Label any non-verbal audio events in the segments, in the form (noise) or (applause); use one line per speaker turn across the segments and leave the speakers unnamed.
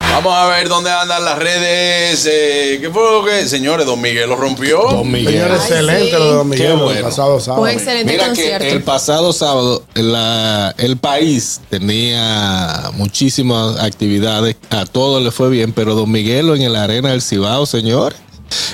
Vamos a ver dónde andan las redes. eh, ¿Qué fue lo que? Señores, Don Miguel lo rompió.
Don Miguel.
Señor, excelente lo de Don
Qué
Miguel el
bueno.
pasado sábado.
Un excelente
Mira que
concierto.
el pasado sábado la- el país tenía muchísimas actividades, a todos le fue bien, pero Don Miguelo en la arena del Cibao, señor,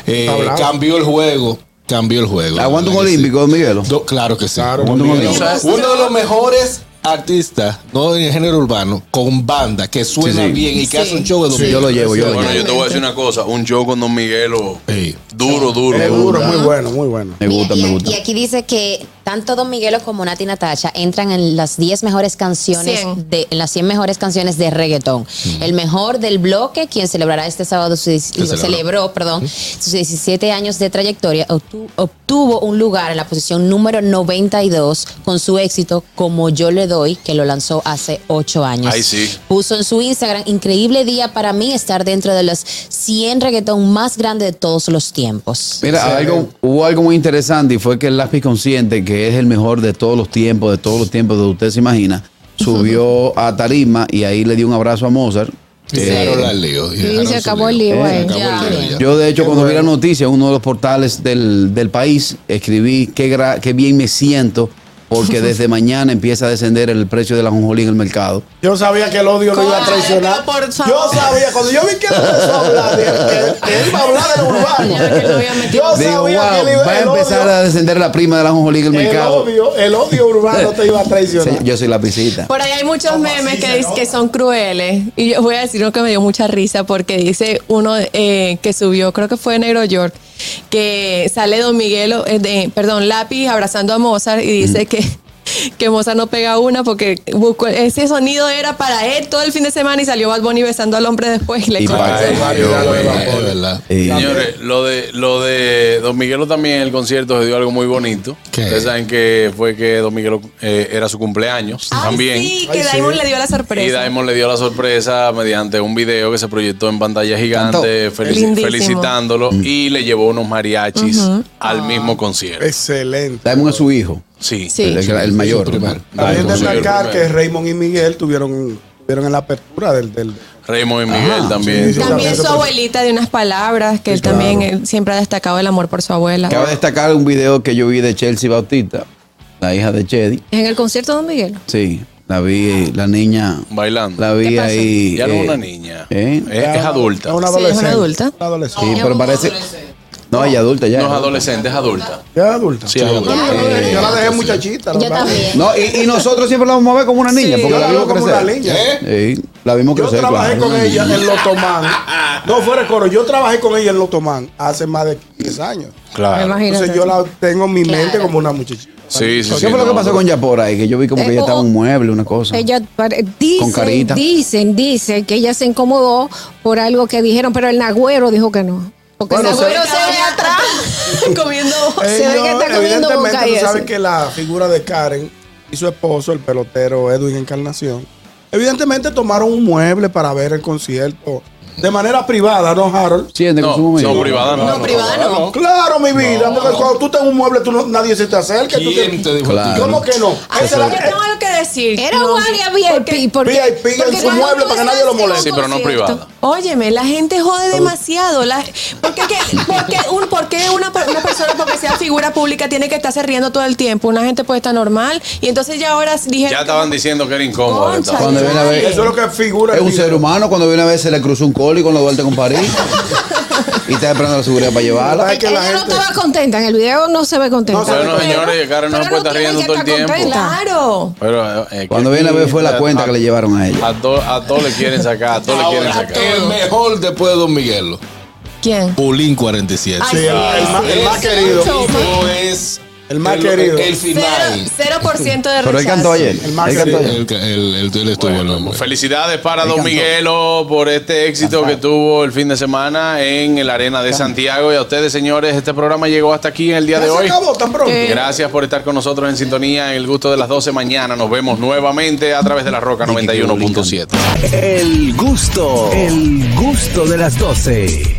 eh,
Está bravo.
cambió el juego, cambió el juego.
Aguanta un
¿Verdad que sí?
olímpico, don Miguelo.
Do- claro que sí.
Claro,
Uno,
Don
de los-
Miguelo.
uno de los mejores artistas, no en el género urbano, con banda, que suena
Sí, sí.
bien y que
Sí.
hace un show de Don
Sí,
Miguelo.
yo lo llevo, yo lo
Bueno,
llevo.
yo te voy a decir una cosa. Un show con Don Miguelo.
Sí.
Duro, duro.
Es duro, muy bueno, muy bueno.
Me gusta,
Mira,
me
y,
gusta.
y aquí dice que tanto Don Miguelo como Nati Natacha entran en las 10 mejores canciones,
100.
de, en las 100 mejores canciones de reggaetón.
Mm.
El mejor del bloque, quien celebrará este sábado, su, dieci-
Que
digo,
celebró.
celebró perdón, sus 17 años de trayectoria, obtu- obtuvo un lugar en la posición número 92 con su éxito Como Yo Le Doy, que lo lanzó hace 8 años.
Ay, sí.
Puso en su Instagram, increíble día para mí estar dentro de los 100 reggaetón más grandes de todos los tiempos.
Mira, algo, hubo algo muy interesante y fue que el lápiz consciente, que es el mejor de todos los tiempos, de todos los tiempos de usted se imagina, subió a Tarima y ahí le dio un abrazo a Mozart.
Y dejaron la lío, y dejaron
se
su
acabó el lío ahí.
Se acabó el
Ya.
lío, ya.
Yo, de hecho,
Qué
cuando vi
bueno.
la noticia en uno de los portales del, del país, escribí qué, gra- qué bien me siento
(laughs)
porque desde mañana empieza a descender el precio de la jonjolí en el mercado.
Yo sabía que el odio lo iba a
Claro,
traicionar.
pero por favor.
Yo sabía, cuando yo vi que él empezó a hablar, de- que, que él iba a hablar del
Señora, que lo había
urbano.
metido.
Yo
Digo, wow,
sabía que él iba
va a
el
empezar
odio-
a descender la prima de la jonjolí en el
el
mercado.
odio, el odio urbano te iba a traicionar.
Sí, Yo soy la pisita.
Por ahí hay muchos memes que, dice que son crueles. Y yo voy a decir uno que me dio mucha risa porque dice uno eh, que subió, creo que fue en Negro York, que sale Don Miguelo, eh, de- perdón, Lápiz abrazando a Mozart y dice que, que Mozart no pega una porque buscó, ese sonido era para él todo el fin de semana y salió Bad Bunny besando al hombre después y le
Y
cortó.
para-
Ay,
Ay,
Dios
ya lo
mío.
iba a
Es verdad.
Eh,
Señores, lo de, lo de Don Miguelo también, el concierto se dio algo muy bonito.
¿Qué?
Ustedes saben que fue que Don Miguelo eh, era su cumpleaños
Ay,
también.
Sí, que
Ay, sí.
Diamond le dio la
Y
sorpresa.
Diamond le dio la sorpresa mediante un video que se proyectó en pantalla gigante,
Cantó.
felici-
Lindísimo.
felicitándolo y le llevó unos mariachis al mismo concierto.
Excelente.
Damos a su hijo,
Sí.
Sí.
el, el mayor.
Primero.
Ay,
También destacar
Miguel,
que Raymond y Miguel tuvieron, tuvieron en la apertura del. del
Raymond y Miguel
Ah,
también.
sí, sí.
También su abuelita de unas palabras, que él también eh, siempre ha destacado el amor por su abuela.
Acaba de destacar un video que yo vi de Chelsea Bautista, la hija de Chedi.
En el concierto de Don Miguel.
Sí, la vi, la niña.
Bailando.
La vi
¿Qué pasó?
ahí.
Ya no es
eh,
una niña.
¿eh?
Es, es adulta.
Ah, una
Sí, es
adolescente.
una adulta.
Una adolescente.
Sí, pero parece. No, ella adulta ya.
No es adolescente, es adulta.
Ya es adulta.
Sí, es adulta.
Yo la
Eh,
dejé- yo la dejé muchachita. la
Yo
verdad.
también.
No, y, y nosotros siempre la vamos a ver como una niña,
Yo
porque la
la veo
vimos
como
crecer.
una niña.
Sí, la vimos
Yo
crecer.
trabajé
claro.
con ella en Lotomán. No fuera de coro, yo trabajé con ella en Lotomán hace más de 10 años.
Claro.
Entonces yo la tengo en mi mente como una muchachita.
Sí, sí,
¿Qué
sí.
fue lo
no,
que pasó
no.
con Yapora ahí? Que yo vi como que
Eh,
ella estaba en un
oh,
mueble, una cosa.
Ella pare- dicen,
Con carita.
dicen, dicen que ella se incomodó por algo que dijeron, pero el Nagüero dijo que no. Porque
Bueno,
el Nagüero
se-
se ve atrás. (laughs)
comiendo.
(laughs) Se ve que está comiendo boca y
tú sabes
eso.
que la figura de Karen y su esposo, el pelotero Edwin Encarnación, evidentemente tomaron un mueble para ver el concierto de manera privada, ¿no, Harold?
Siente con
No,
su momento.
no, privada no.
No, privada no.
Claro, mi vida, porque cuando tú estás en un mueble, tú no- nadie se te acerca. tú
¿Quién te dijo a ti
Claro.
que no?
¿Cómo que no?
Ay,
Esa
Ah, yo
era-
tengo algo que decir.
Era
No,
un área VIP. Porque,
VIP en su
cuando
mueble
tú
para que nadie lo
estás en un
moleste.
Sí, pero no
concierto,
privada.
Óyeme, la gente jode demasiado. La, ¿por, qué,
(laughs)
que- por qué un, por qué una, per- una persona, porque sea figura pública, tiene que estarse riendo todo el tiempo? Una gente puede estar normal. Y entonces ya ahora dije.
Ya estaban diciendo que era incómodo.
Concha,
estaba-
Cuando viene a ver-
Eso es lo que figura.
Es
el
un
video.
ser humano cuando viene a ver se le cruzó un coli con la Duarte con París.
(laughs)
y está esperando la seguridad para llevarla.
Ay, que la
ella
gente-
no estaba contenta, en el video no se ve contenta.
No se ve
Bueno,
Pero-
señores, Karen no
pero
se puede
no
estar
tiene
riendo
que
todo el
estar
tiempo.
contenta.
Claro.
Pero, eh, que
Cuando viene a ver fue la
a-
cuenta
a-
que le llevaron a ella.
A todos a todos le quieren sacar, (laughs) a todos le quieren
Ahora,
sacar.
el mejor después de Don Miguelo.
¿Quién?
Pulín 47.
Sí, el, más, el más querido.
Tipo es
El más querido.
El final.
Cero, 0% de rechazo.
Pero él cantó ayer.
El más
Él
El,
cantó
querido.
ayer.
el, el, el, el estudio, el
Bueno, pues.
hombre.
felicidades para
Me
Don
encantó.
Miguelo por este éxito que tuvo el fin de semana en el Arena de Santiago. Y a ustedes, señores, este programa llegó hasta aquí en el día de
Ya se
hoy.
acabó tan pronto.
Eh,
Gracias por estar con nosotros en sintonía. En el gusto de las 12 mañana nos vemos nuevamente a través de la Roca 91.7.
El gusto, el gusto de las 12.